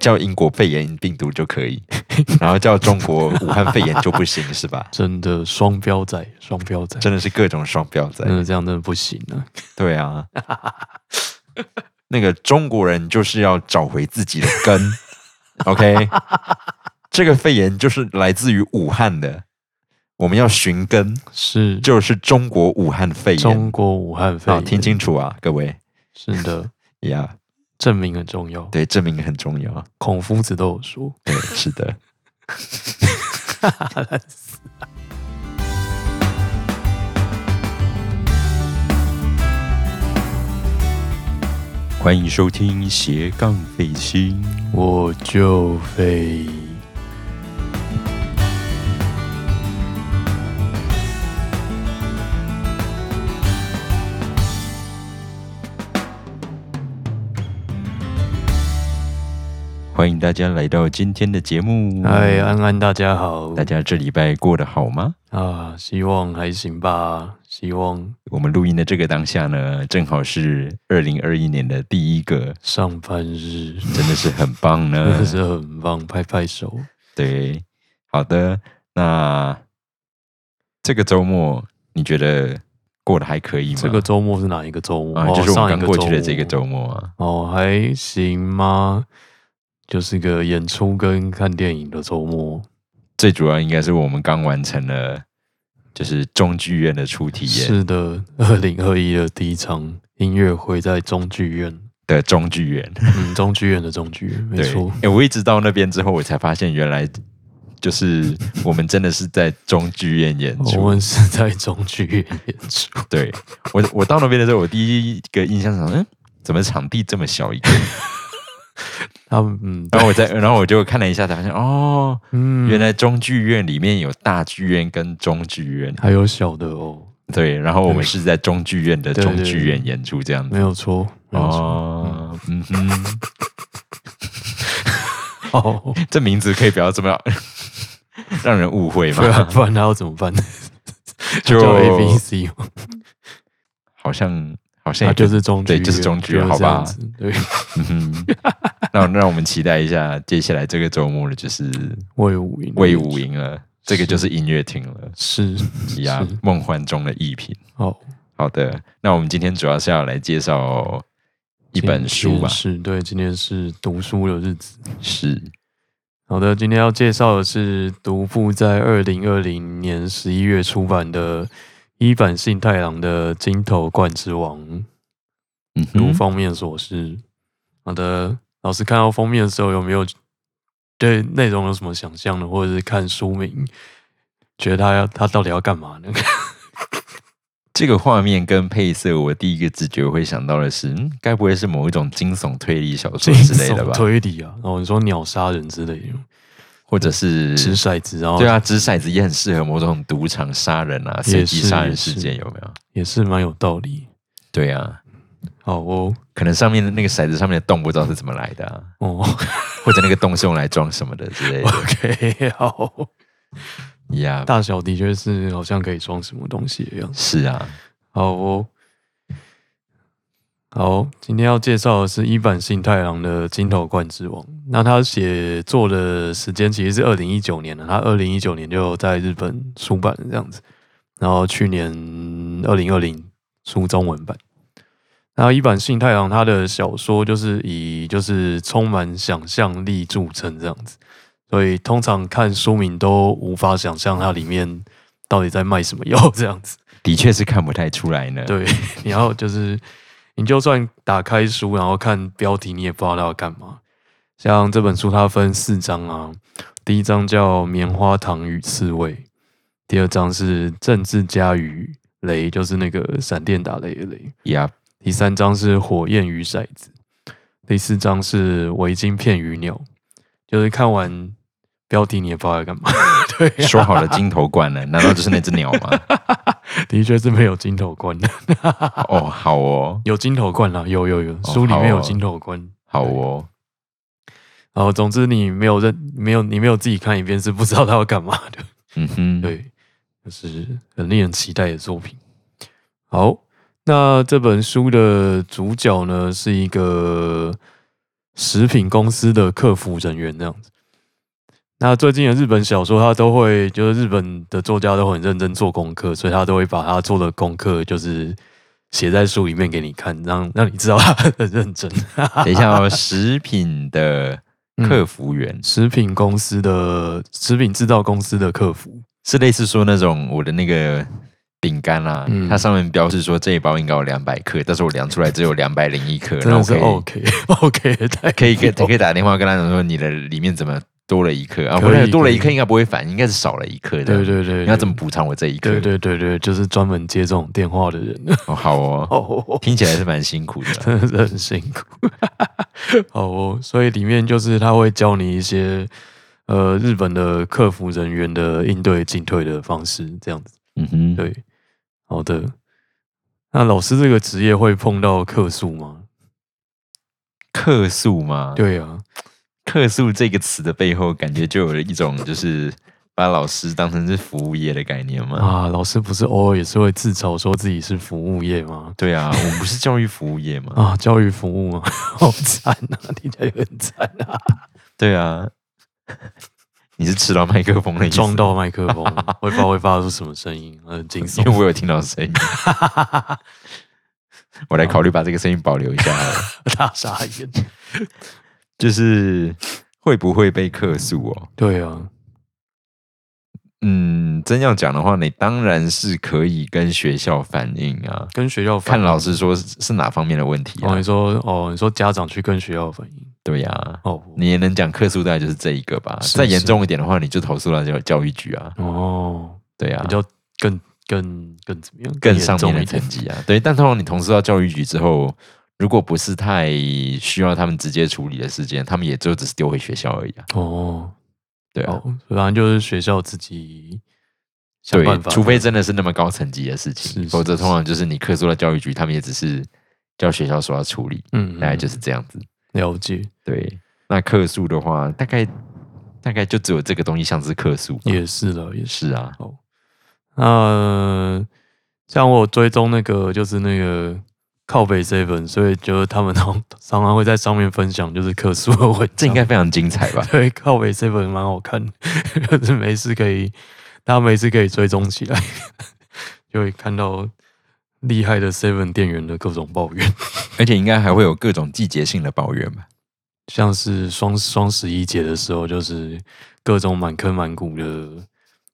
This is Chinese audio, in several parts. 叫英国肺炎病毒就可以， 然后叫中国武汉肺炎就不行，是吧？真的双标仔，双标仔，真的是各种双标仔。真的这样真的不行啊！对啊，那个中国人就是要找回自己的根。OK，这个肺炎就是来自于武汉的，我们要寻根，是就是中国武汉肺炎。中国武汉肺好，炎，听清楚啊，各位是的，呀证明很重要。对，证明很重要。孔夫子都有说，对，是的。 欢迎收听斜杠飞行，我就非欢迎大家来到今天的节目。嗨，哎安安，大家好大家这礼拜过得好吗？啊，希望还行吧，希望我们录音的这个当下呢，正好是二零二一年的第一个，上班日真的是很棒 真呢的。是很棒，拍拍手。对，好的，那这个周末你觉得过得还可以吗？这个周末是哪一个周末？啊、哦就是我上们一刚过去的末这个周末啊。哦，还行吗？就是个演出跟看电影的周末最主要应该是我们刚完成了，就是中剧院的初体验是的，二零二一的第一场音乐会在中剧 院，的中剧院。嗯，中剧院的中剧院，没对，错，诶我一直到那边之后，我才发现原来就是我们真的是在中剧院演 我出。们是在中剧 院演出，对我，我到那边的时候，我第一个印象是，嗯，怎么场地这么小一个？他哦们嗯然后我在，然后我就看了一下，才发现哦，嗯，原来中剧院里面有大剧院跟中剧院，还有小的哦，对，然后我们是在中剧院的中剧院演出这样子没。有错，没有 错，哦，嗯哼， 哦，这名字可以不要这么 让人误会不然吗？不然他要怎么办？ 就叫啊 A B C 吗？好像好像他也就就是中 剧对院，就是中剧院就是这好吧样子对。 嗯哼， 那让我们期待一下接下来这个周末的就是魏武营，魏武营了，这个就是音乐厅了，是呀是，梦幻中的艺品。哦，好的，那我们今天主要是要来介绍一本今书天吧，是对，今天是读书的日子。是好的，今天要介绍的是独步在二零二零年十一月出版的一坂幸太郎的《金头冠之王》，嗯如哼，封面所示。好的，老师看到封面的时候有没有对内容有什么想象呢？或者是看书名，觉得他要他到底要干嘛呢？这个画面跟配色，我第一个直觉会想到的是，嗯，该不会是某一种惊悚推理小说之类 的吧？推理啊，哦，你说鸟杀人之类的，或者是掷骰子，然后对啊，掷骰子也很适合某种赌场杀人啊、随也机是杀人也事是件，有没有？也是蛮有道理。对啊，好哦，可能上面的那个骰子上面的洞不知道是怎么来的、啊，哦 或者那个洞是用来装什么的之类的。 ，OK，好。呀、大小的确是好像可以装什么东西的样子。是啊，好哦，好，今天要介绍的是一坂幸太郎的《金头冠之王》。那他写作的时间其实是二零一九年的，他二零一九年就在日本出版了这样子，然后去年二零二零出中文版。那一坂幸太郎他的小说就是以就是充满想象力著称这样子，所以通常看书名都无法想象它里面到底在卖什么药这样子。的确是看不太出来呢。对， 你要就是你就算打开书，然后看标题，你也不知道它要干嘛。像这本书，它分四章啊，第一章叫《棉花糖与刺猬》，第二章是政治家与雷，就是那个闪电打雷的雷，呀、第三章是火焰与骰子，第四章是围巾片与鸟。就是看完标题，你也不知道要干嘛。对、 啊，说好的金头冠呢？难道就是那只鸟吗？的确是没有金头冠的，哦，好哦，有金头冠啦，有有有，书里面有金头冠。好哦，然后，哦总之你没有认，没有你没有自己看一遍是不知道他要干嘛的。嗯哼，，对，就是很令人期待的作品。好，那这本书的主角呢是一个食品公司的客服人员这样子。那最近的日本小说，他都会就是日本的作家都很认真做功课，所以他都会把他做的功课就是写在书里面给你看，让让你知道他很认真。 等一下哦，食品的客服员、食品公司的食品制造公司的客服，是类似说那种我的那个饼干啦、嗯它上面标示说这一包应该有两百克，但是我量出来只有两百零一克，然真后的是哦可以、 OK OK，太 可以可以多可以打电话跟他讲说你的里面怎么多了一克啊？可以我那个多了一克可以应该不会反，应该是少了一克的。对对对，你要怎么？补偿我这一克？对对对对，就是专门接这种电话的人， 哦，好哦，哦，听起来是蛮辛苦的。真的是很辛苦。好 哦，所以里面就是他会教你一些呃日本的客服人员的应对进退的方式，这样子。嗯哼，对，好的。那老师这个职业会碰到客诉吗？客诉嘛，对啊，客诉这个词的背后，感觉就有一种就是把老师当成是服务业的概念嘛。啊，老师不是偶尔也是会自嘲说自己是服务业吗？对啊，我们不是教育服务业嘛。啊，教育服务吗？ 好惨啊，听起来也很惨啊，对啊， 你是吃到麦克风的意思撞，到麦克 风，会发会发出什么声音？很惊因为悚。我有听到声音。 我来考虑把这个声音保留一下好了， 大傻眼。 就是会不会被客诉哦？对啊，嗯，真要讲的话，你当然是可以跟学校反映啊，跟学校反看映老师说是是哪方面的问题哦，啊你。说哦，你说家长去跟学校反映对呀、啊，哦，你也能讲客诉大概就是这一个吧。是再严是重一点的话，你就投诉到教教育局啊。哦，对啊比，较更更更怎么样？更严上重面的一点层级啊。对，但通常你同事到教育局之后，如果不是太需要他们直接处理的事件，他们也就只是丢回学校而已啊。哦，对啊，哦，反正就是学校自己想办对，法，除非真的是那么高层级的事是情，是否则通常就是你客诉到教育局，他们也只是叫学校说要处理，嗯，大概就是这样子。了解，对，那客诉的话，大概大概就只有这个东西像是客诉吧。也是了，也是。是啊，那像我有追踪那个就是那个靠北 seven，所以就是他们 常常常会在上面分享就是客诉的文章，？这应该非常精彩吧对，靠北 seven 蛮好看的， 就是没事可以，大家没事可以追踪起来， 就会看到厉害的 seven 店员的各种抱怨， 而且应该还会有各种季节性的抱怨吧？像是双双十一节的时候，就是各种满坑满谷的，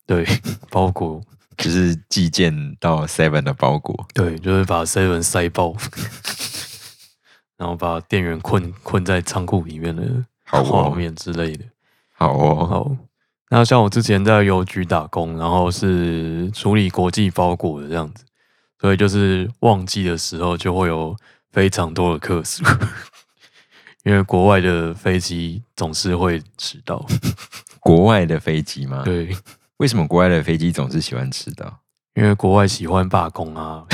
对， 包裹，就是寄件到 Seven 的包裹。对，就是把 seven 塞爆， 然后把店员困困在仓库里面的好哦画面之类的。好哦，好，那像我之前在邮局打工，然后是处理国际包裹的这样子，所以就是旺季的时候就会有非常多的客诉， 因为国外的飞机总是会迟到。国外的飞机吗？对，为什么国外的飞机总是喜欢迟到？因为国外喜欢罢工啊。。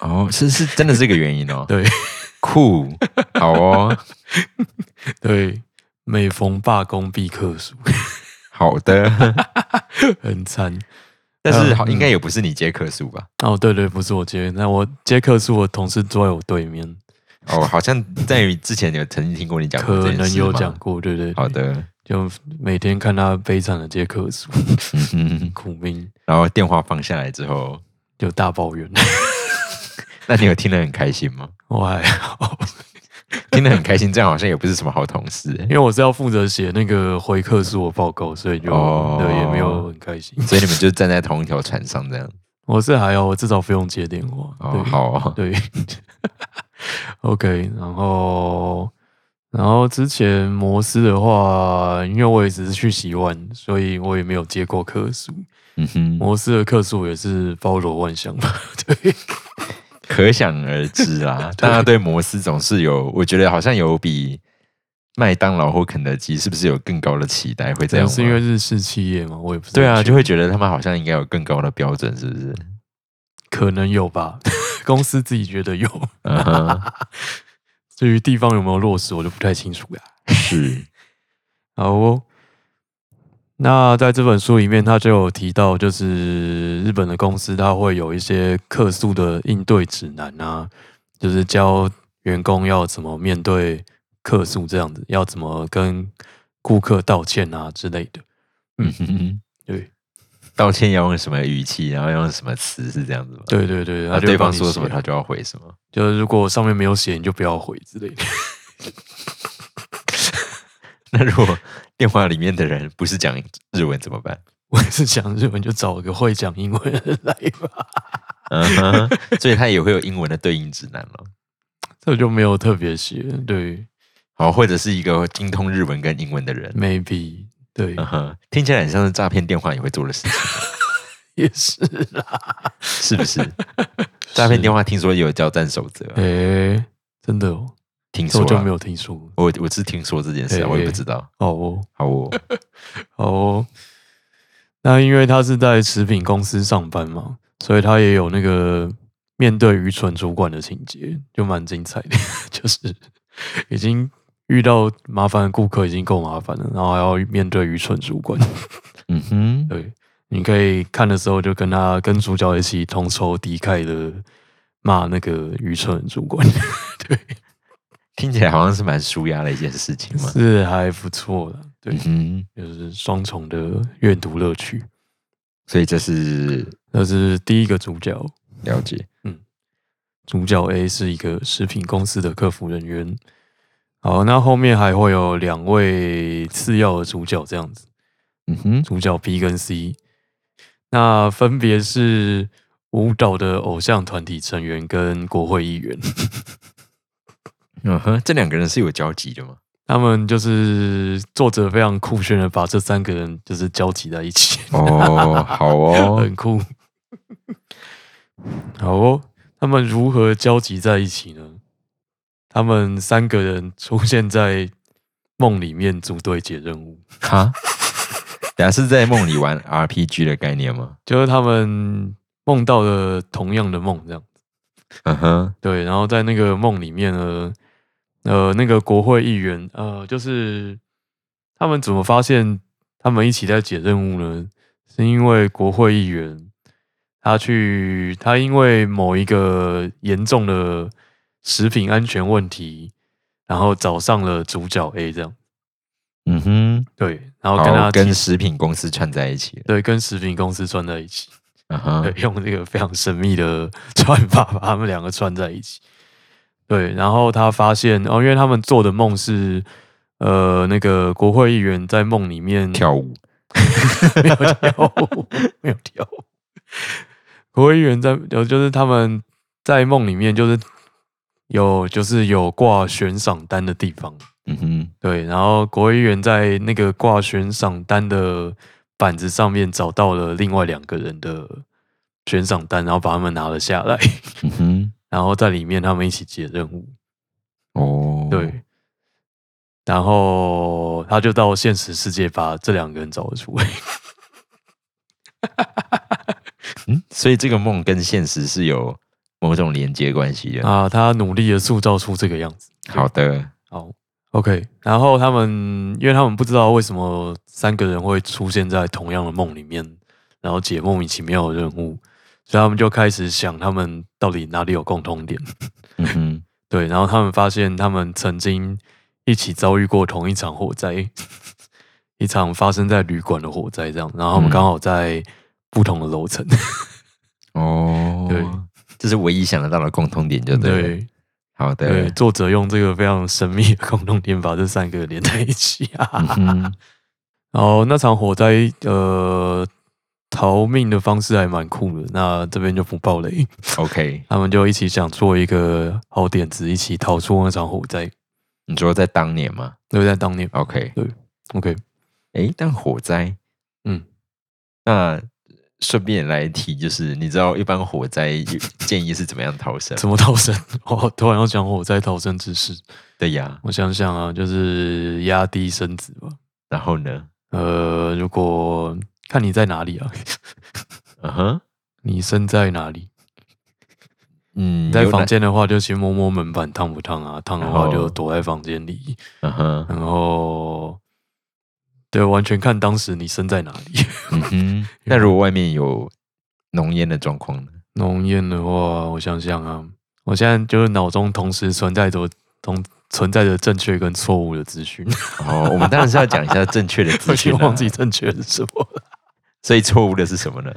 哦，是是，真的是这个原因哦 对酷，好哦，对，每逢罢工必客诉，好 的。很惨。但是好嗯应该也不是你接客数吧？哦，对对，不是我接，那我接客诉，我同事坐在我对面，哦，好像在之前有曾经听过你讲过这可件事能有吗讲。过，对对对好的，就每天看他悲惨的接客诉， 嗯哼苦命然后电话放下来之后，就大抱怨。那你有听得很开心吗？我还好，听得很开心，这样好像也不是什么好同事欸 因，为我是要负责写那个回客诉的报告，所以就、哦对也没有很开心。所以你们就站在同一条船上这样。我是还好，我至少不用接电话。哦，对好哦，对，OK。然后，然后之前摩斯的话，因为我也只是去洗碗，所以我也没有接过客诉。嗯哼，摩斯的客诉也是包罗万象吧？ 对。可想而知 啦。大家对摩斯总是有，我觉得好像有比麦当劳或肯德基是不是有更高的期待？会这可样能吗是因为日式企业嘛，我也不是对啊，很确就会觉得他们好像应该有更高的标准，是不 是？可能有吧， 公司自己觉得有。 嗯哼，至于地方有没有落实，我就不太清楚了。是 好哦，那在这本书里面，他就有提到，就是日本的公司，它会有一些客诉的应对指南啊，就是教员工要怎么面对客诉这样子，要怎么跟顾客道歉啊之类的。嗯哼哼，对道歉要用什么语气，然后要用什么词，是这样子吗？，对对对，那他就对方帮你说什么，写他就要回什么。 就是如果上面没有写，你就不要回之类的。 那如果电话里面的人不是讲日文怎么 办？我也是讲日文，就找个会讲英文的人来吧。嗯哼，所以他也会有英文的对应指南了。这就没有特别写，对好，或者是一个精通日文跟英文的人。 ，maybe 对，嗯哼，听起来很像是诈骗电话也会做的事 情，也是啦。是不是？诈骗电话听说也有交战守则啊、诶、真的哦，听这说我就啊没有听说过。我我是听说这件事啊，我也不对知道。好哦，好哦， 好哦。那因为他是在食品公司上班嘛，所以他也有那个面对愚蠢主管的情节，就蛮精彩的。 就是已经遇到麻烦的顾客已经够麻烦了，然后还要面对愚蠢主管。嗯哼，对，你可以看的时候就跟他跟主角一起同仇敌忾的骂那个愚蠢主管，听起来好像是蛮舒压的一件事情嘛。是还不错的。对 嗯，哼，就是双重的阅读乐趣。所以这是那是第一个主角，了解。主角 A 是一个食品公司的客服人员。好，那后面还会有两位次要的主角这样子。嗯哼，主角 B 跟 C，那分别是舞蹈的偶像团体成员跟国会议员，嗯哼，这两个人是有交集的吗？他们就是作者非常酷炫的把这三个人就是交集在一起，哦，好哦， 很酷。好哦，他们如何交集在一起呢？他们三个人出现在梦里面组队解任务，哈，等下是在梦里玩 RPG 的概念吗？就是他们梦到了同样的梦，这样。嗯哼，对，然后在那个梦里面呢，呃，那个国会议员，呃，就是他们怎么发现他们一起在解任务呢？是因为国会议员他去，他因为某一个严重的食品安全问题，然后找上了主角 A 这样，嗯哼，对，然后跟他好，跟提食品公司串在一起了。对跟食品公司串在一起，嗯哼，对，用这个非常神秘的 串法把他们两个串在一起。对，然后他发现哦，因为他们做的梦是，呃，那个国会议员在梦里面跳舞。没有跳舞，没有跳舞。国会议员在有就是他们在梦里面就是有就是有挂悬赏单的地方，嗯哼，对，然后国会议员在那个挂悬赏单的板子上面找到了另外两个人的悬赏单，然后把他们拿了下来， 嗯哼，然后在里面他们一起解任务。哦，对，然后他就到现实世界把这两个人找了出来。嗯，所以这个梦跟现实是有某种连接关系的。啊，他努力的塑造出这个样子。好的，好，OK。然后他们，因为他们不知道为什么三个人会出现在同样的梦里面，然后解莫名其妙的任务，所以他们就开始想他们到底哪里有共通点。嗯哼，对，然后他们发现他们曾经一起遭遇过同一场火灾， 一场发生在旅馆的火灾，这样。然后他们嗯刚好在不同的楼层。哦，对，这是唯一想得到的共通点，就对了。 对好对，的，作者用这个非常神秘的共同点把这三个连在一起啊。嗯哼，然后那场火灾，呃，逃命的方式还蛮酷的。那这边就不爆雷， OK，他们就一起想做一个好点子，一起逃出那场火灾。你说在当年吗对，在当年？OK， ，OK，诶，但火灾，嗯，那顺便来提，就是你知道一般火灾有建议是怎么样逃生吗？怎么逃生？我突然要讲火灾逃生知识，对呀，我想想啊，就是压低身子吧。然后呢？呃，如果看你在哪里啊， 嗯哼，你身在哪里？嗯，你在有哪房，间的话，就先摸摸门板烫不烫啊，烫的话然后就躲在房间里。嗯哼，然后，对，完全看当时你身在哪里。 嗯哼，那如果外面有浓烟的状况呢？浓烟的话，我想想啊，我现在就是脑中同时存在着同存在着正确跟错误的 资讯， 哦，我们当然是要讲一下正确的我资已经讯、啊，忘记正确是什么了， 所以错误的是什 么呢？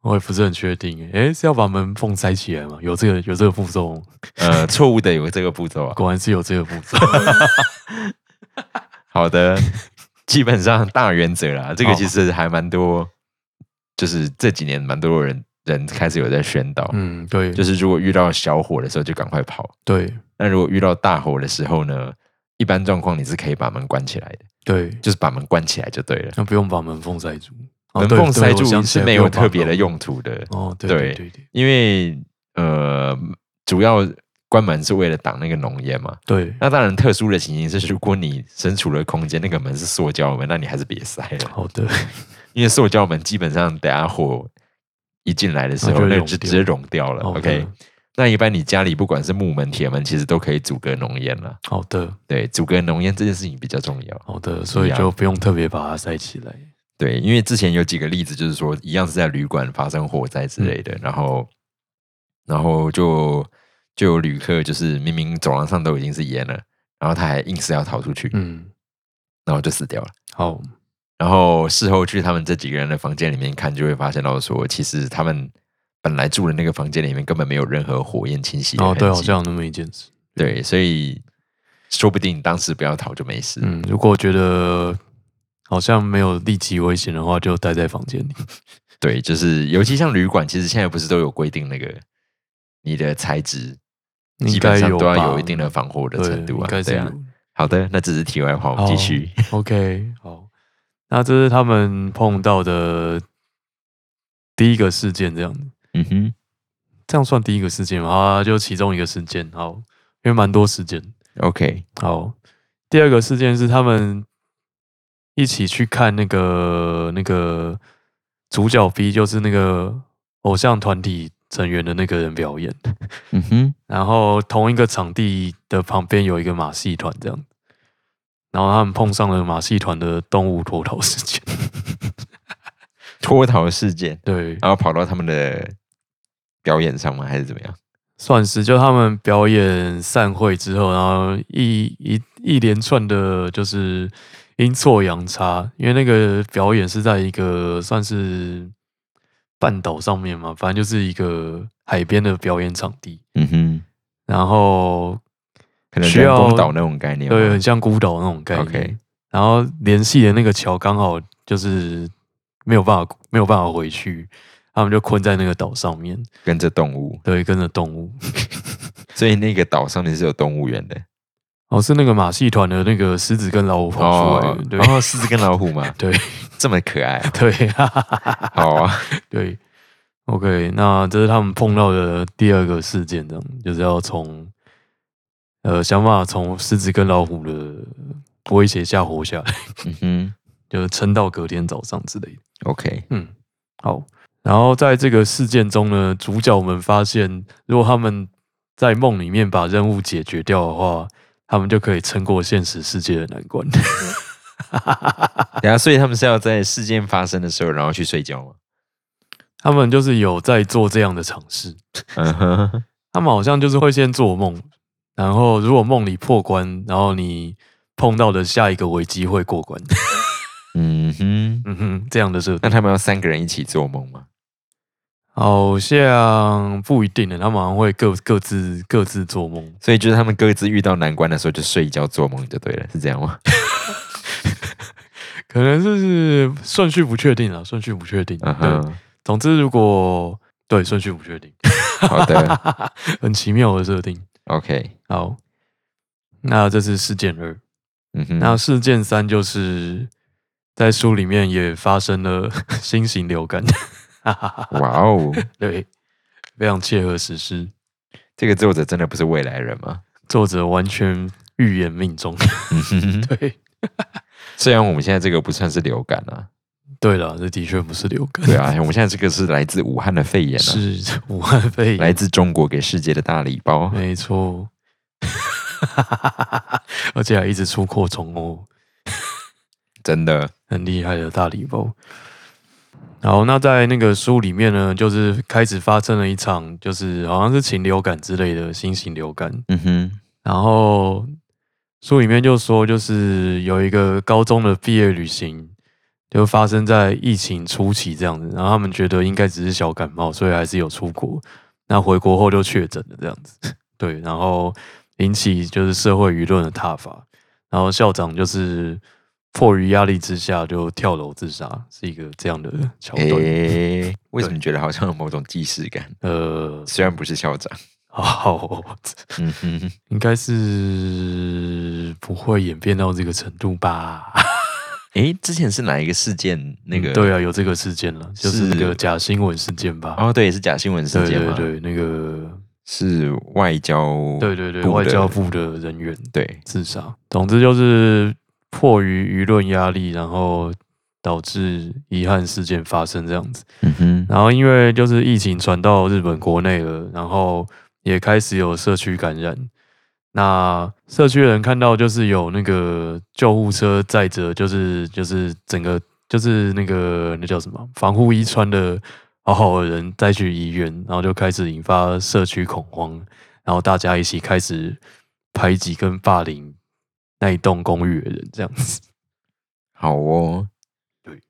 我也不是很确定。欸诶，是要把门缝塞起来吗？有这个有这个步骤吗，呃，错误的有这个步骤 啊。果然是有这个步骤。 好的，基本上大原则啦， 这个其实还蛮多，就是这几年蛮多人人开始有在宣导，嗯，对，就是是如果遇到小火的时候就赶快跑，对那如果遇到大火的时候呢，一般状况你是可以把门关起来的，对，就是把门关起来就对了。那不用把门缝塞住，哦门对缝对塞我住想起是来没不有把特别的门用途的，哦，对对对对对因为呃，主要关门是为了挡那个浓烟嘛。对，那当然，特殊的情形是，如果你身处的空间那个门是塑胶门，那你还是别塞了，好的，因为塑胶门基本上等下火一进来的时然后候，哦就那会个就溶掉哦直接融掉了。好的 OK，那一般你家里不管是木门、铁门，其实都可以阻隔浓烟了。好的，对，阻隔浓烟这件事情比较重要。好的，所以样就不用特别把它塞起来。对，因为之前有几个例子，就是说一样是在旅馆发生火灾之嗯类的，然后然后就就有旅客就是明明走廊上都已经是烟了，然后他还硬是要逃出去，嗯，然后就死掉了。好，然后事后去他们这几个人的房间里面看，就会发现到说，其实他们本来住的那个房间里面根本没有任何火焰侵袭的哦，痕迹。对，好像有那么一件事。对，所以说不定当时不要逃就没事。嗯，如果觉得好像没有立即危险的话，就待在房间里。对，就是尤其像旅馆，其实现在不是都有规定那个你的材质，应该基本上都有吧要 有一定的防火的对，程度应啊。该是对有。啊，好的，那只是题外话，我们继续。 哦 OK，好，那这是他们碰到的第一个事件，这样子，嗯哼这样算第一个事件吗？啊，就其中一个事件。好，因为蛮多事件。 ，OK，好，第二个事件是他们一起去看那个那个主角 B，就是那个偶像团体成员的那个人表演，嗯哼，然后同一个场地的旁边有一个马戏团这样，然后他们碰上了马戏团的动物脱逃事件， 脱逃事件，对，然后跑到他们的表演上吗？还是怎么样？算是就他们表演散会之后，然后一一一连串的，就是阴错阳差，因为那个表演是在一个算是半岛上面嘛，反正就是一个海边的表演场地，嗯哼，然后可能需人要工岛那种概念吗。对，很像孤岛那种概念。 OK 然后联系的那个桥刚好就是没有办法没有办法回去，他们就困在那个岛上面，跟着动物，对，跟着动物。 所以那个岛上面是有动物园的。哦，是那个马戏团的那个狮子跟老虎跑出来的，对、然后哦狮子跟老虎嘛， 对这么可爱啊、对哈哈哈哈好啊，对，OK，那这是他们碰到的第二个事件，这样就是要从呃想办法从狮子跟老虎的威胁下活下来， 嗯哼就是撑到隔天早上之类的。 ，OK， 嗯，好。然后在这个事件中呢，主角们发现，如果他们在梦里面把任务解决掉的话，他们就可以撑过现实世界的难关。然后所以他们是要在事件发生的时候，然后去睡觉吗？他们就是有在做这样的尝试。嗯哼，他们好像就是会先做梦，然后如果梦里破关，然后你碰到的下一个危机会过关。 嗯哼，嗯哼，这样的设那定他们要三个人一起做梦吗？好像不一定的，欸他们好像会各各自各自做梦。所以就是他们各自遇到难关的时候就睡一觉做梦就对了，是这样吗？可能就是顺序不确定啊，顺序不确定。嗯对，哼，总之如果对顺序不确定， 好的很奇妙的设定。 ，OK，好，那这是事件二。嗯哼，那事件三就是在书里面也发生了 新型流感， 哇哦，对，非常切合实施，这个作者真的不是未来人吗？作者完全预言命中。嗯哼， 对，虽然我们现在这个不算是流感啊，对了，这的确不是流感，对啊，我们现在这个是来自武汉的肺炎啊，是武汉肺来炎，自中国给世界的大礼包。没错， 而且还一直出扩充哦，真的，很厉害的大礼包。好，那在那个书里面呢，就是开始发生了一场，就是好像是禽流感之类的新型流感，嗯哼，然后书里面就说，就是有一个高中的毕业旅行，就发生在疫情初期这样子，然后他们觉得应该只是小感冒，所以还是有出国。那回国后就确诊了这样子， 对，然后引起就是社会舆论的挞伐，然后校长就是迫于压力之下就跳楼自杀，是一个这样的桥段。诶、为什么觉得好像有某种既视感？呃， 虽然不是校长，好，嗯哼，应该是不会演变到这个程度吧？诶、之前是哪一个事件？ 那个、嗯对啊，有这个事件了，就是那是个假新闻事件吧？哦，对，是假新闻事对件对嘛，对，那个是外交，对对对，部的外交部的人员对自杀。总之就是迫于舆论压力，然后导致遗憾事件发生这样子。嗯哼，然后因为就是疫情传到日本国内了，然后也开始有社区感染。那社区的人看到就是有那个救护车载着，就是就是整个就是那个那叫什么防护衣穿的好好的人带去医院，然后就开始引发社区恐慌，然后大家一起开始排挤跟霸凌那一栋公寓的人，这样子。好哦，对，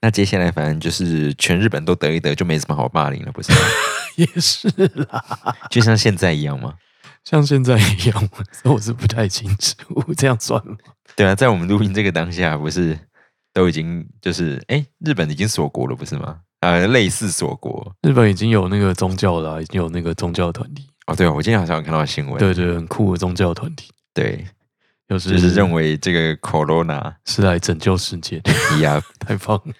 那接下来反正就是全日本都得一得，就没什么好霸凌了，不 是吗？ 也是啦，就像现在一样嘛。像现在一样， 我我是不太清楚，这样算吗？对啊，在我们录音这个当下，不是都已经就是哎、日本已经锁国了，不是吗？呃，类似锁国日本已经有那个宗教了啊、已经有那个宗教团体，哦。对、啊，我今天好像有看到新闻，对对，很酷的宗教团体，对，就是就是认为这个 corona 是来拯救世界 的，一样，太棒了！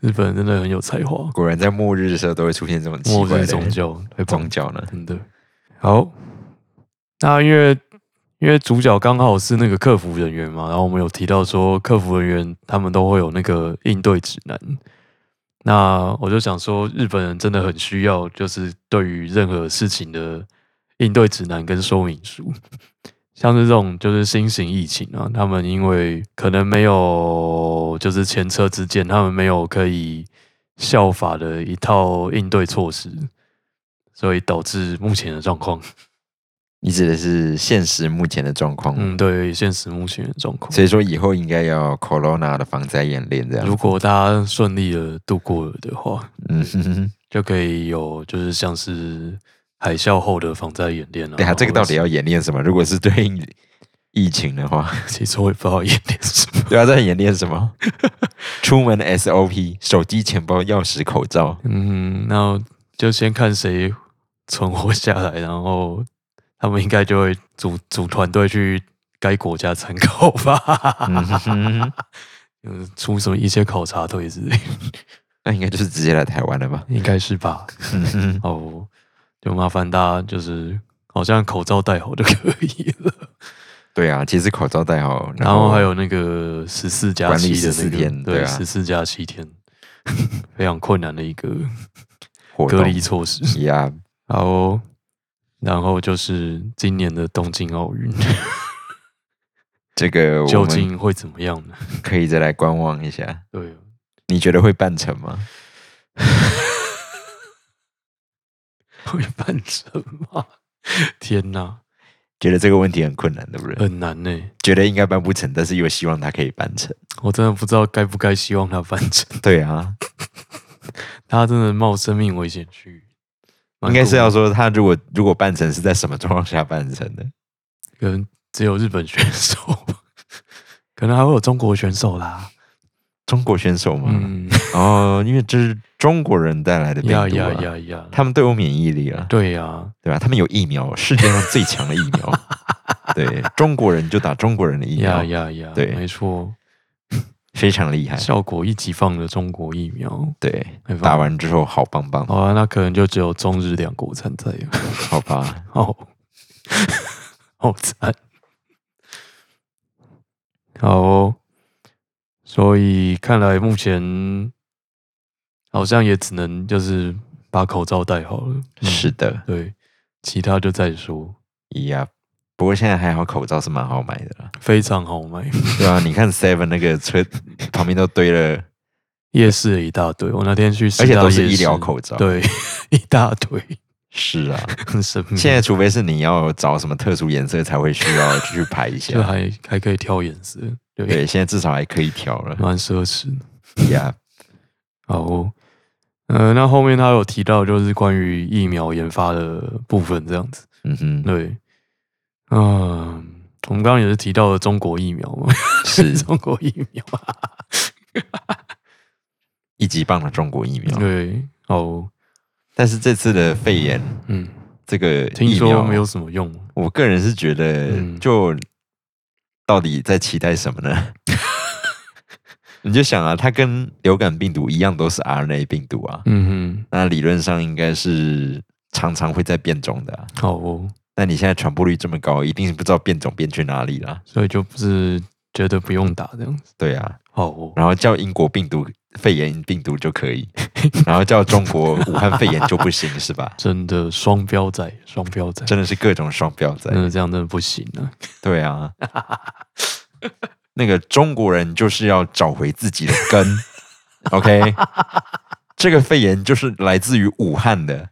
日本人真的很有才华，果然在末日的时候都会出现这种奇末怪日的宗教，太棒宗了，教呢。真的好。那因为因为主角刚好是那个客服人员嘛，然后我们有提到说客服人员他们都会有那个应对指南。那我就想说，日本人真的很需要，就是对于任何事情的应对指南跟说明书。 像是这种就是新型疫情啊，他们因为可能没有就是前车之鉴，他们没有可以效法的一套应对措施，所以导致目前的状况。你指的是现实目前的状况吗，嗯，对，现实目前的状况。所以说以后应该要 corona 的防灾演练这样。如果大家顺利的度过了的话，嗯哼哼，就可以有就是像是海啸后的防灾演练了、啊。对啊，这个到底要演练什么？如果是对应疫情的话， 其实我也不知道演练什 么。对啊，在演练什么？出门 SOP：手机、钱包、钥匙、口罩。嗯，那就先看谁存活下来，然后他们应该就会组组团队去该国家参考吧， 嗯哼，嗯，出什么一些考察队之类的， 那应该就是直接来台湾了吧？ 应该是吧？嗯哼， 哦，就麻烦大家就是好像口罩戴好就可以了，对啊，其实口罩戴好，然后还有那个十四加管理七的那14个，天对啊十四加七天， 非常困难的一个活动隔离措施。呀，好、哦，然后就是今年的东京奥运，这个我究们竟会怎么样呢？可以再来观望一下。对，你觉得会办成吗？会办成吗？ 天哪，觉得这个问题很困难，对不对？很难呢！觉得应该办不成，但是又希望它可以办成。我真的不知道该不该希望他办成，对啊，他真的冒生命危险去，蛮应该是要酷说他如果如果办成是在什么状况下办成的？的可能只有日本选手 吧，可能还会有中国选手啦。中国选手吗？嗯，哦，因为这是中国人带来的病毒、啊呀呀呀呀，他们都有免疫力了，对啊呀、对吧？他们有疫苗，世界上最强的疫 苗。对，中国人就打中国人的疫苗呀呀呀，对没错，非常厉害。效果一级放的中国疫苗。对没，办法打完之后好棒棒，好啊，那可能就只有中日两国参赛了。 好吧？哦， 好惨，好哦、所以看来目前好像也只能就是把口罩戴好了，嗯是的，对，其他就再说，一样。不过现在还好，口罩是蛮好买的啦，非常好卖，对 啊，你看 Seven 那个车旁边都堆了，夜市也一大堆，我那天去， 而且都是医疗口罩对，一大堆，是啊，很神秘。现在除非是你要找什么特殊颜色才会需要去排一 就下，还还可以挑颜色，对，对，现在至少还可以调了蛮奢侈的。呀。好哦，呃，那后面他有提到就是关于疫苗研发的部分这样子，嗯哼，对，嗯，我们刚刚也是提到了中国疫苗嘛，是 中国疫苗啊，一级棒的中国疫苗，对，哦，但是这次的肺炎嗯，这个听疫苗说没有什么用，我个人是觉得嗯，就到底在期待什么呢？ 你就想啊，它跟流感病毒一样都是 RNA 病毒啊，嗯那理论上应该是常常会在变种的、啊。哼，好哦，那你现在传播率这么高，一定是不知道变种变去哪里啦。所以就不是觉得不用打这样子，对啊，好哦，然后叫英国病毒肺炎病毒就可以， 然后叫中国武汉肺炎就不行，是 吧？真的双标仔，双标仔，真的是各种双标仔。真的这样真的不行啊，对 啊，那个中国人就是要找回自己的根。OK，这个肺炎就是来自于武汉的，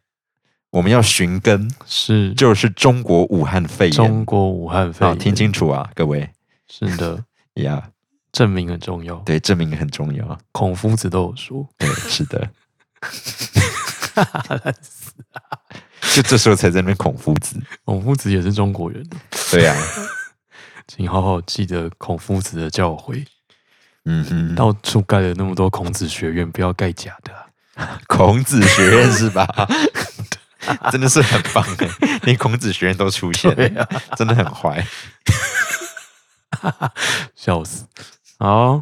我们要寻根，是就是中国武汉肺炎。中国武汉肺好，炎，听清楚啊，各位是的。呀证明很重要。对，证明很重要。孔夫子都有说，对，是的。 就这时候才在那边孔夫子，孔夫子也是中国人，啊对啊呀、请好好记得孔夫子的教诲。嗯哼，到处盖了那么多孔子学院，不要盖假的啊、孔子学院是吧？ 真的是很棒哎，连孔子学院都出现了，啊真的很坏。笑死。好，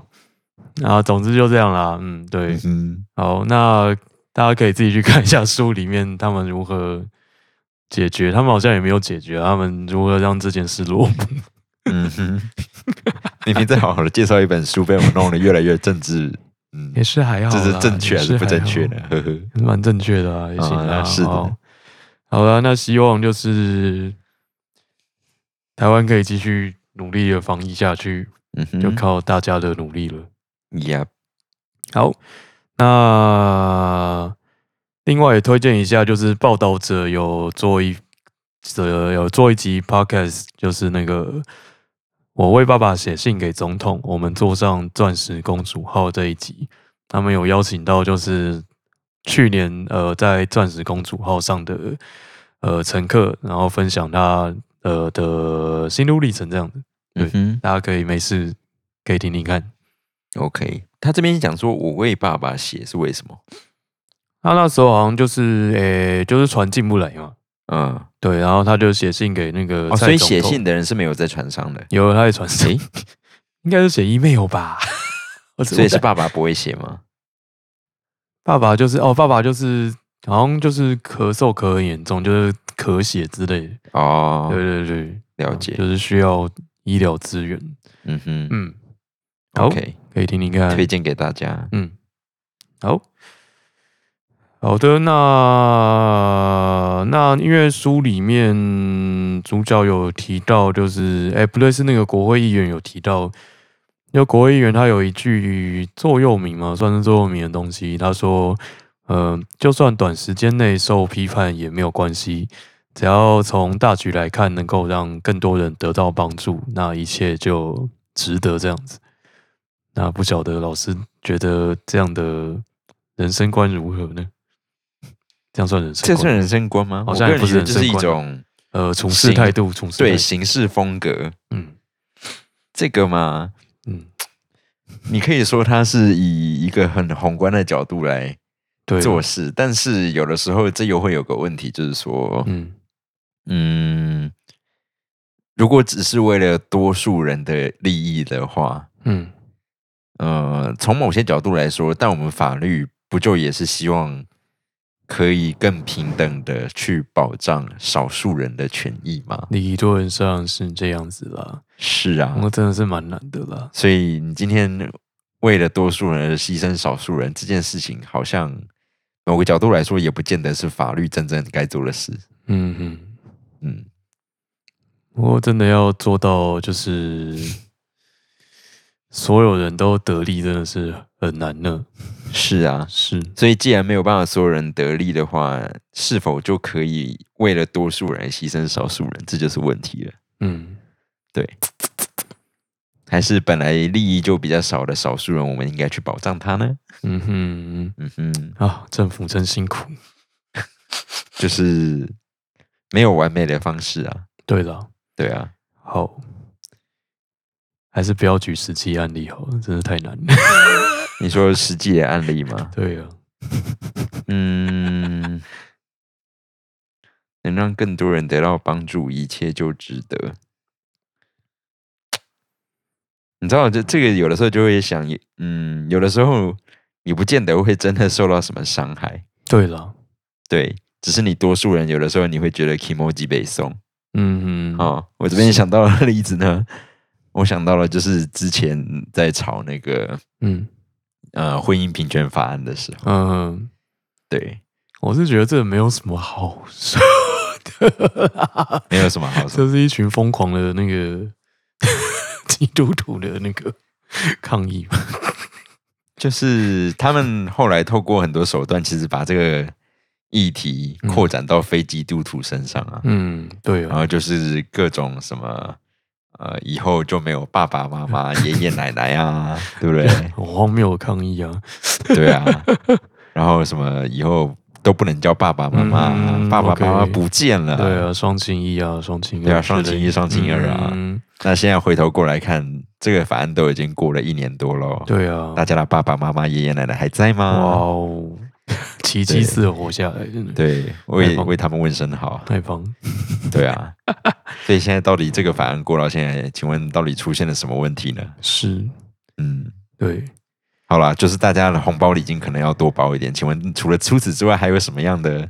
啊，总之就这样啦。嗯，对，嗯，好，那大家可以自己去看一下书里面他们如何解决，他们好像也没有解决，啊他们如何让这件事落幕。嗯哼，你明再好好的介绍一本书，被我弄得越来越政治，嗯， 也是还好这是啦，正确还也是不还正好确呢？呵呵， 蛮正确的啊，也行啊，啊是的好。好了，那希望就是台湾可以继续努力的防疫下去，嗯哼，就靠大家的努力了。呀，好，那另外也推荐一下，就是报道者有做一则有做一集 podcast，就是那个我为爸爸写信给总统，我们坐上钻石公主号这一集，他们有邀请到就是去年呃在钻石公主号上的呃乘客，然后分享他呃的心路历程这样子，对嗯哼大家可以没事可以听听看。 ，OK。他这边讲说，我为爸爸写是为什么？他那时候好像就是诶、就是船进不来嘛，嗯，对，然后他就写信给那个哦，蔡所以总写统信的人是没有在船上的，有他在船上，诶 应该是写 email 吧，我只所以是我在爸爸不会写吗？爸爸就是哦，爸爸就是好像就是咳嗽咳很严重，就是咳血之类的， 哦，对对对，了解就是需要医疗资源，嗯哼嗯，好，OK，可以听听看，推荐给大家。嗯，好，好的，那那因为书里面主角有提到，就是哎、不对，是那个国会议员有提到，因为国会议员他有一句座右铭嘛，算是座右铭的东西，他说，呃，就算短时间内受批判也没有关系。只要从大局来看，能够让更多人得到帮助，那一切就值得这样子。那不晓得老师觉得这样的人生观如何呢？这样算人生这观？算人生啊观吗？好我像个也人不觉是得人这是生一观种呃处事行态度，处事态对度行事风格。嗯这个嘛，嗯，你可以说它是以一个很宏观的角度来对，做事，但是有的时候这又会有个问题，就是说，嗯嗯，如果只是为了多数人的利益的话，嗯呃，从某些角度来说，但我们法律不就也是希望可以更平等的去保障少数人的权益吗？理论上是这样子啦，是啊，我真的是蛮难的啦。所以你今天为了多数人而牺牲少数人这件事情，好像某个角度来说，也不见得是法律真正该做的事。嗯嗯，嗯，不过真的要做到就是所有人都得利，真的是很难呢。是啊，是所以既然没有办法所有人得利的话，是否就可以为了多数人而牺牲少数人？这就是问题了。嗯，还是本来利益就比较少的少数人，我们应该去保障他呢？嗯哼，嗯哼，啊，政府真辛苦。就是没有完美的方式啊。对了，对啊，好，还是不要举实际案例好了，真是太难 了。你说实际的案例吗？对啊，嗯，能让更多人得到帮助，一切就值得。你知道，这这个有的时候就会想，嗯，有的时候你不见得会真的受到什么伤害，对了，对，只是你多数人有的时候你会觉得 emoji 被送。嗯哼，哦，我这边想到的例子呢，我想到了就是之前在吵那个嗯呃婚姻平权法案的时候，嗯、对，我是觉得这没有什么好说的啦，没有什么好说 这是一群疯狂的那个 基督徒的那个抗议嘛。就是他们后来透过很多手段，其实把这个议题扩展到非基督徒身上啊，嗯，对然啊，后就是各种什么呃，以后就没有爸爸妈 妈、爷爷奶奶啊，对不对？很荒谬的抗 议啊。对啊，然后什么以后都不能叫爸爸妈妈啊，嗯爸爸妈妈 OK 不见了，对啊，双亲一啊，双亲二，对啊双亲一双亲二啊嗯，那现在回头过来看，这个法案都已经过了一年多喽，对啊，大家的爸爸妈妈、爷爷奶奶还在哇吗？哦，奇迹似的活下来，真的对，为太棒为他们问声好。太棒。对 啊，所以现在到底这个法案过了，现在请问到底出现了什么问题呢？是，嗯，对，好啦，就是大家的红包礼金可能要多包一点。请问除了除此之外，还有什么样的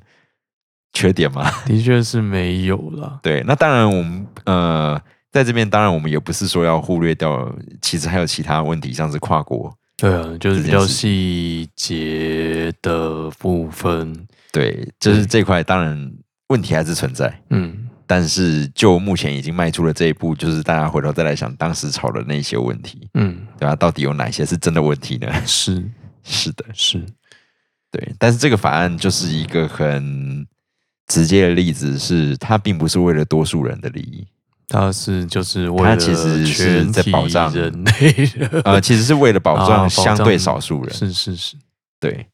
缺点吗？的确是没有啦。对，那当然我们呃在这边，当然我们也不是说要忽略掉，其实还有其他问题，像是跨国，对啊，就是这比件较事细节的部分。对，就是这块当然问题还是存在。嗯，但是就目前已经迈出了这一步，就是大家回头再来想当时吵的那些问题，嗯，对吧、到底有哪些是真的问题呢？ 是是的，是，对，但是这个法案就是一个很直接的例子，是它并不是为了多数人的利益，它是就是为它了其实是全在体保障人类的，呃，其实是为了保啊障保相对障少数人， 是是是，对，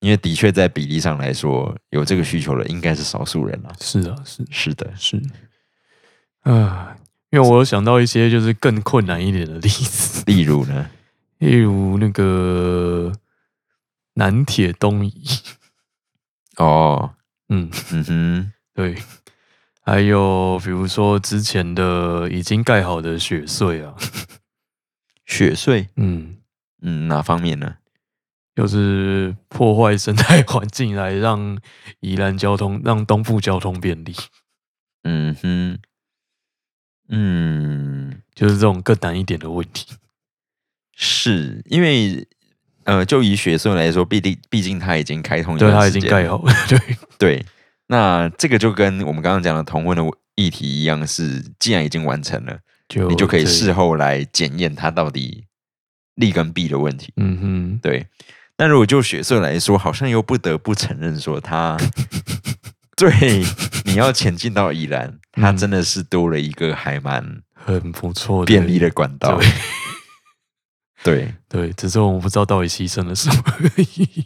因为的确在比例上来说，有这个需求的应该是少数人啊。是啊，是是的，是，啊，因为我有想到一些就是更困难一点的例子，例如呢，例如那个南铁东移，哦，嗯，嗯哼，对，还有比如说之前的已经盖好的雪隧啊，雪穗，嗯，嗯，哪方面呢？就是破坏生态环境来让宜兰交通让东部交通便利，嗯哼，嗯，就是这种更难一点的问题。是因为呃，就以雪穗来说，毕竟毕竟它已经开通一对，段它已时经间盖了好了，对，对，那这个就跟我们刚刚讲的同婚的议题一样是，既然已经完成了，就你就可以对事，后来检验它到底利跟弊的问题。嗯哼，对，那如果就血色来说，好像又不得不承认说 它对你要前进到宜兰，它嗯真的是多了一个还蛮很不错的，便利的管道。对对，只是我们不知道到底牺牲了什么而 已。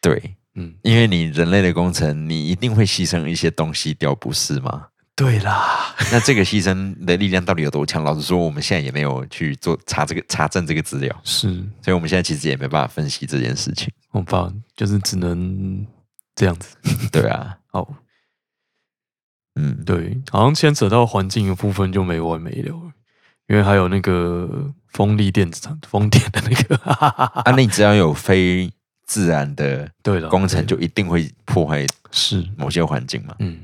对，嗯，因为你人类的工程，你一定会牺牲一些东西掉，不是吗？对啦，那这个牺牲的力量到底有多强？老实说，我们现在也没有去做查这个查证这个资料，是，所以我们现在其实也没办法分析这件事情。我吧，就是只能这样子。对啊，好，嗯，对，好像牵扯到环境的部分就没完没了了，因为还有那个风力电子厂、风电的那个，哈哈哈哈啊，那你只要有非自然的 对了，工程，对就一定会破坏是，某些环境嘛。嗯，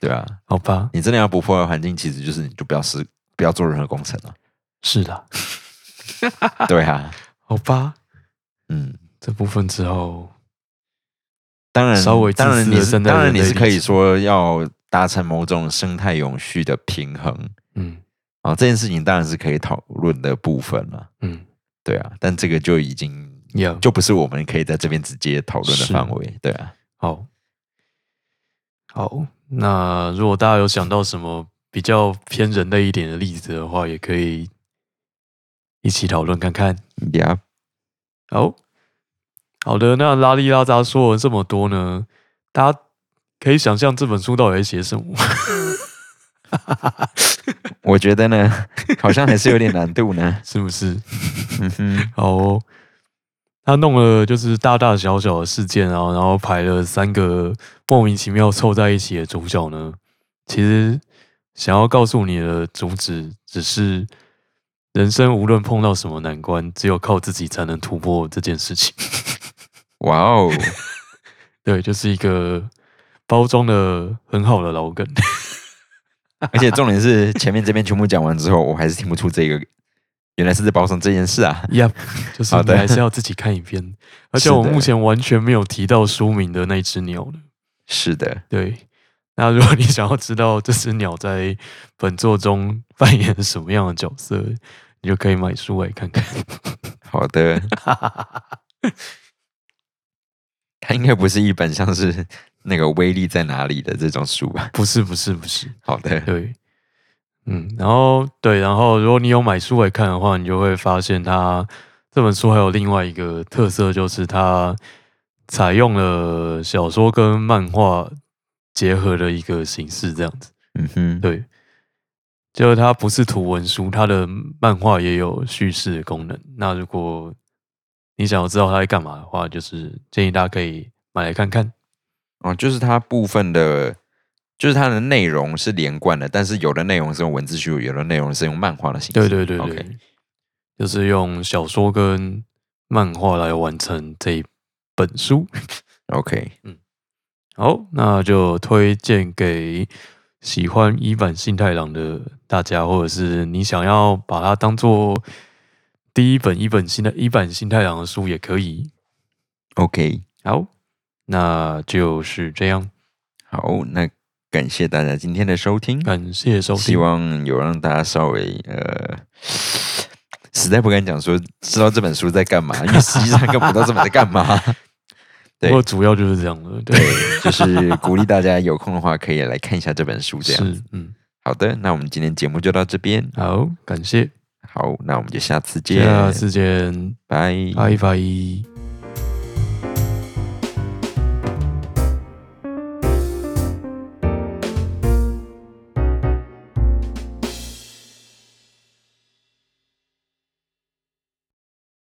对啊，好吧，你真的要不破坏环境，其实就是你就不要施，不要做任何工程了。是的， 对啊，好吧，嗯，这部分之后，当然，稍微自当然私你地是站在当然人你类是可立以场说要达成某种生态永续的平衡嗯啊，这件事情当然是可以讨论的部分了。嗯，对啊，但这个就已经 Yeah，就不是我们可以在这边直接讨论的是范围。对啊，好，好。那如果大家有想到什么比较偏人类一点的例子的话，也可以一起讨论看看。呀、好，好的，那拉里拉扎说了这么多呢，大家可以想象这本书到底在写什么吗？我觉得呢，好像还是有点难度呢。是不是？嗯哼， 好哦、他弄了就是大大小小的事件啊，然后排了三个莫名其妙凑在一起的主角呢。其实想要告诉你的主旨，只是人生无论碰到什么难关，只有靠自己才能突破这件事情。 哇哦，对，就是一个包装的很好的老梗。 而且重点是前面这边全部讲完之后，我还是听不出这个原来是在包装这件事啊。 Yep，就是好你的还是要自己看一遍。而且是我的目前完全没有提到书名的那只鸟呢。是的，对，那如果你想要知道这只鸟在本作中扮演什么样的角色，你就可以买书来看看。好的。 它应该不是一本像是那个威力在哪里的这种书吧？不是，不是，不是，好的，对，嗯，然后对，然后如果你有买书来看的话，你就会发现它这本书还有另外一个特色，就是它采用了小说跟漫画结合的一个形式，这样子。嗯哼，对，就是它不是图文书，它的漫画也有叙事的功能。那如果你想要知道它在干嘛的话，就是建议大家可以买来看看。哦，就是它部分的，就是它的内容是连贯的，但是有的内容是用文字叙述，有的内容是用漫画的形式。对对对对 o k 就是用小说跟漫画来完成这一本书。 OK，好，那就推荐给喜欢一版信太郎的大家，或者是你想要把它当做第一本一本新的一版信太郎的书也可以。 OK，好，那就是这样，好，那感谢大家今天的收听，感谢收希听。望有让大家稍微呃，实在不敢讲说知道这本书在干嘛，因为实际上根本不知道这本在干 嘛。不过主要就是这样了，对，对，就是鼓励大家有空的话可以来看一下这本书，这样。是，嗯，好的，那我们今天节目就到这边，好，感谢，好，那我们就下次见，下次见，拜拜拜。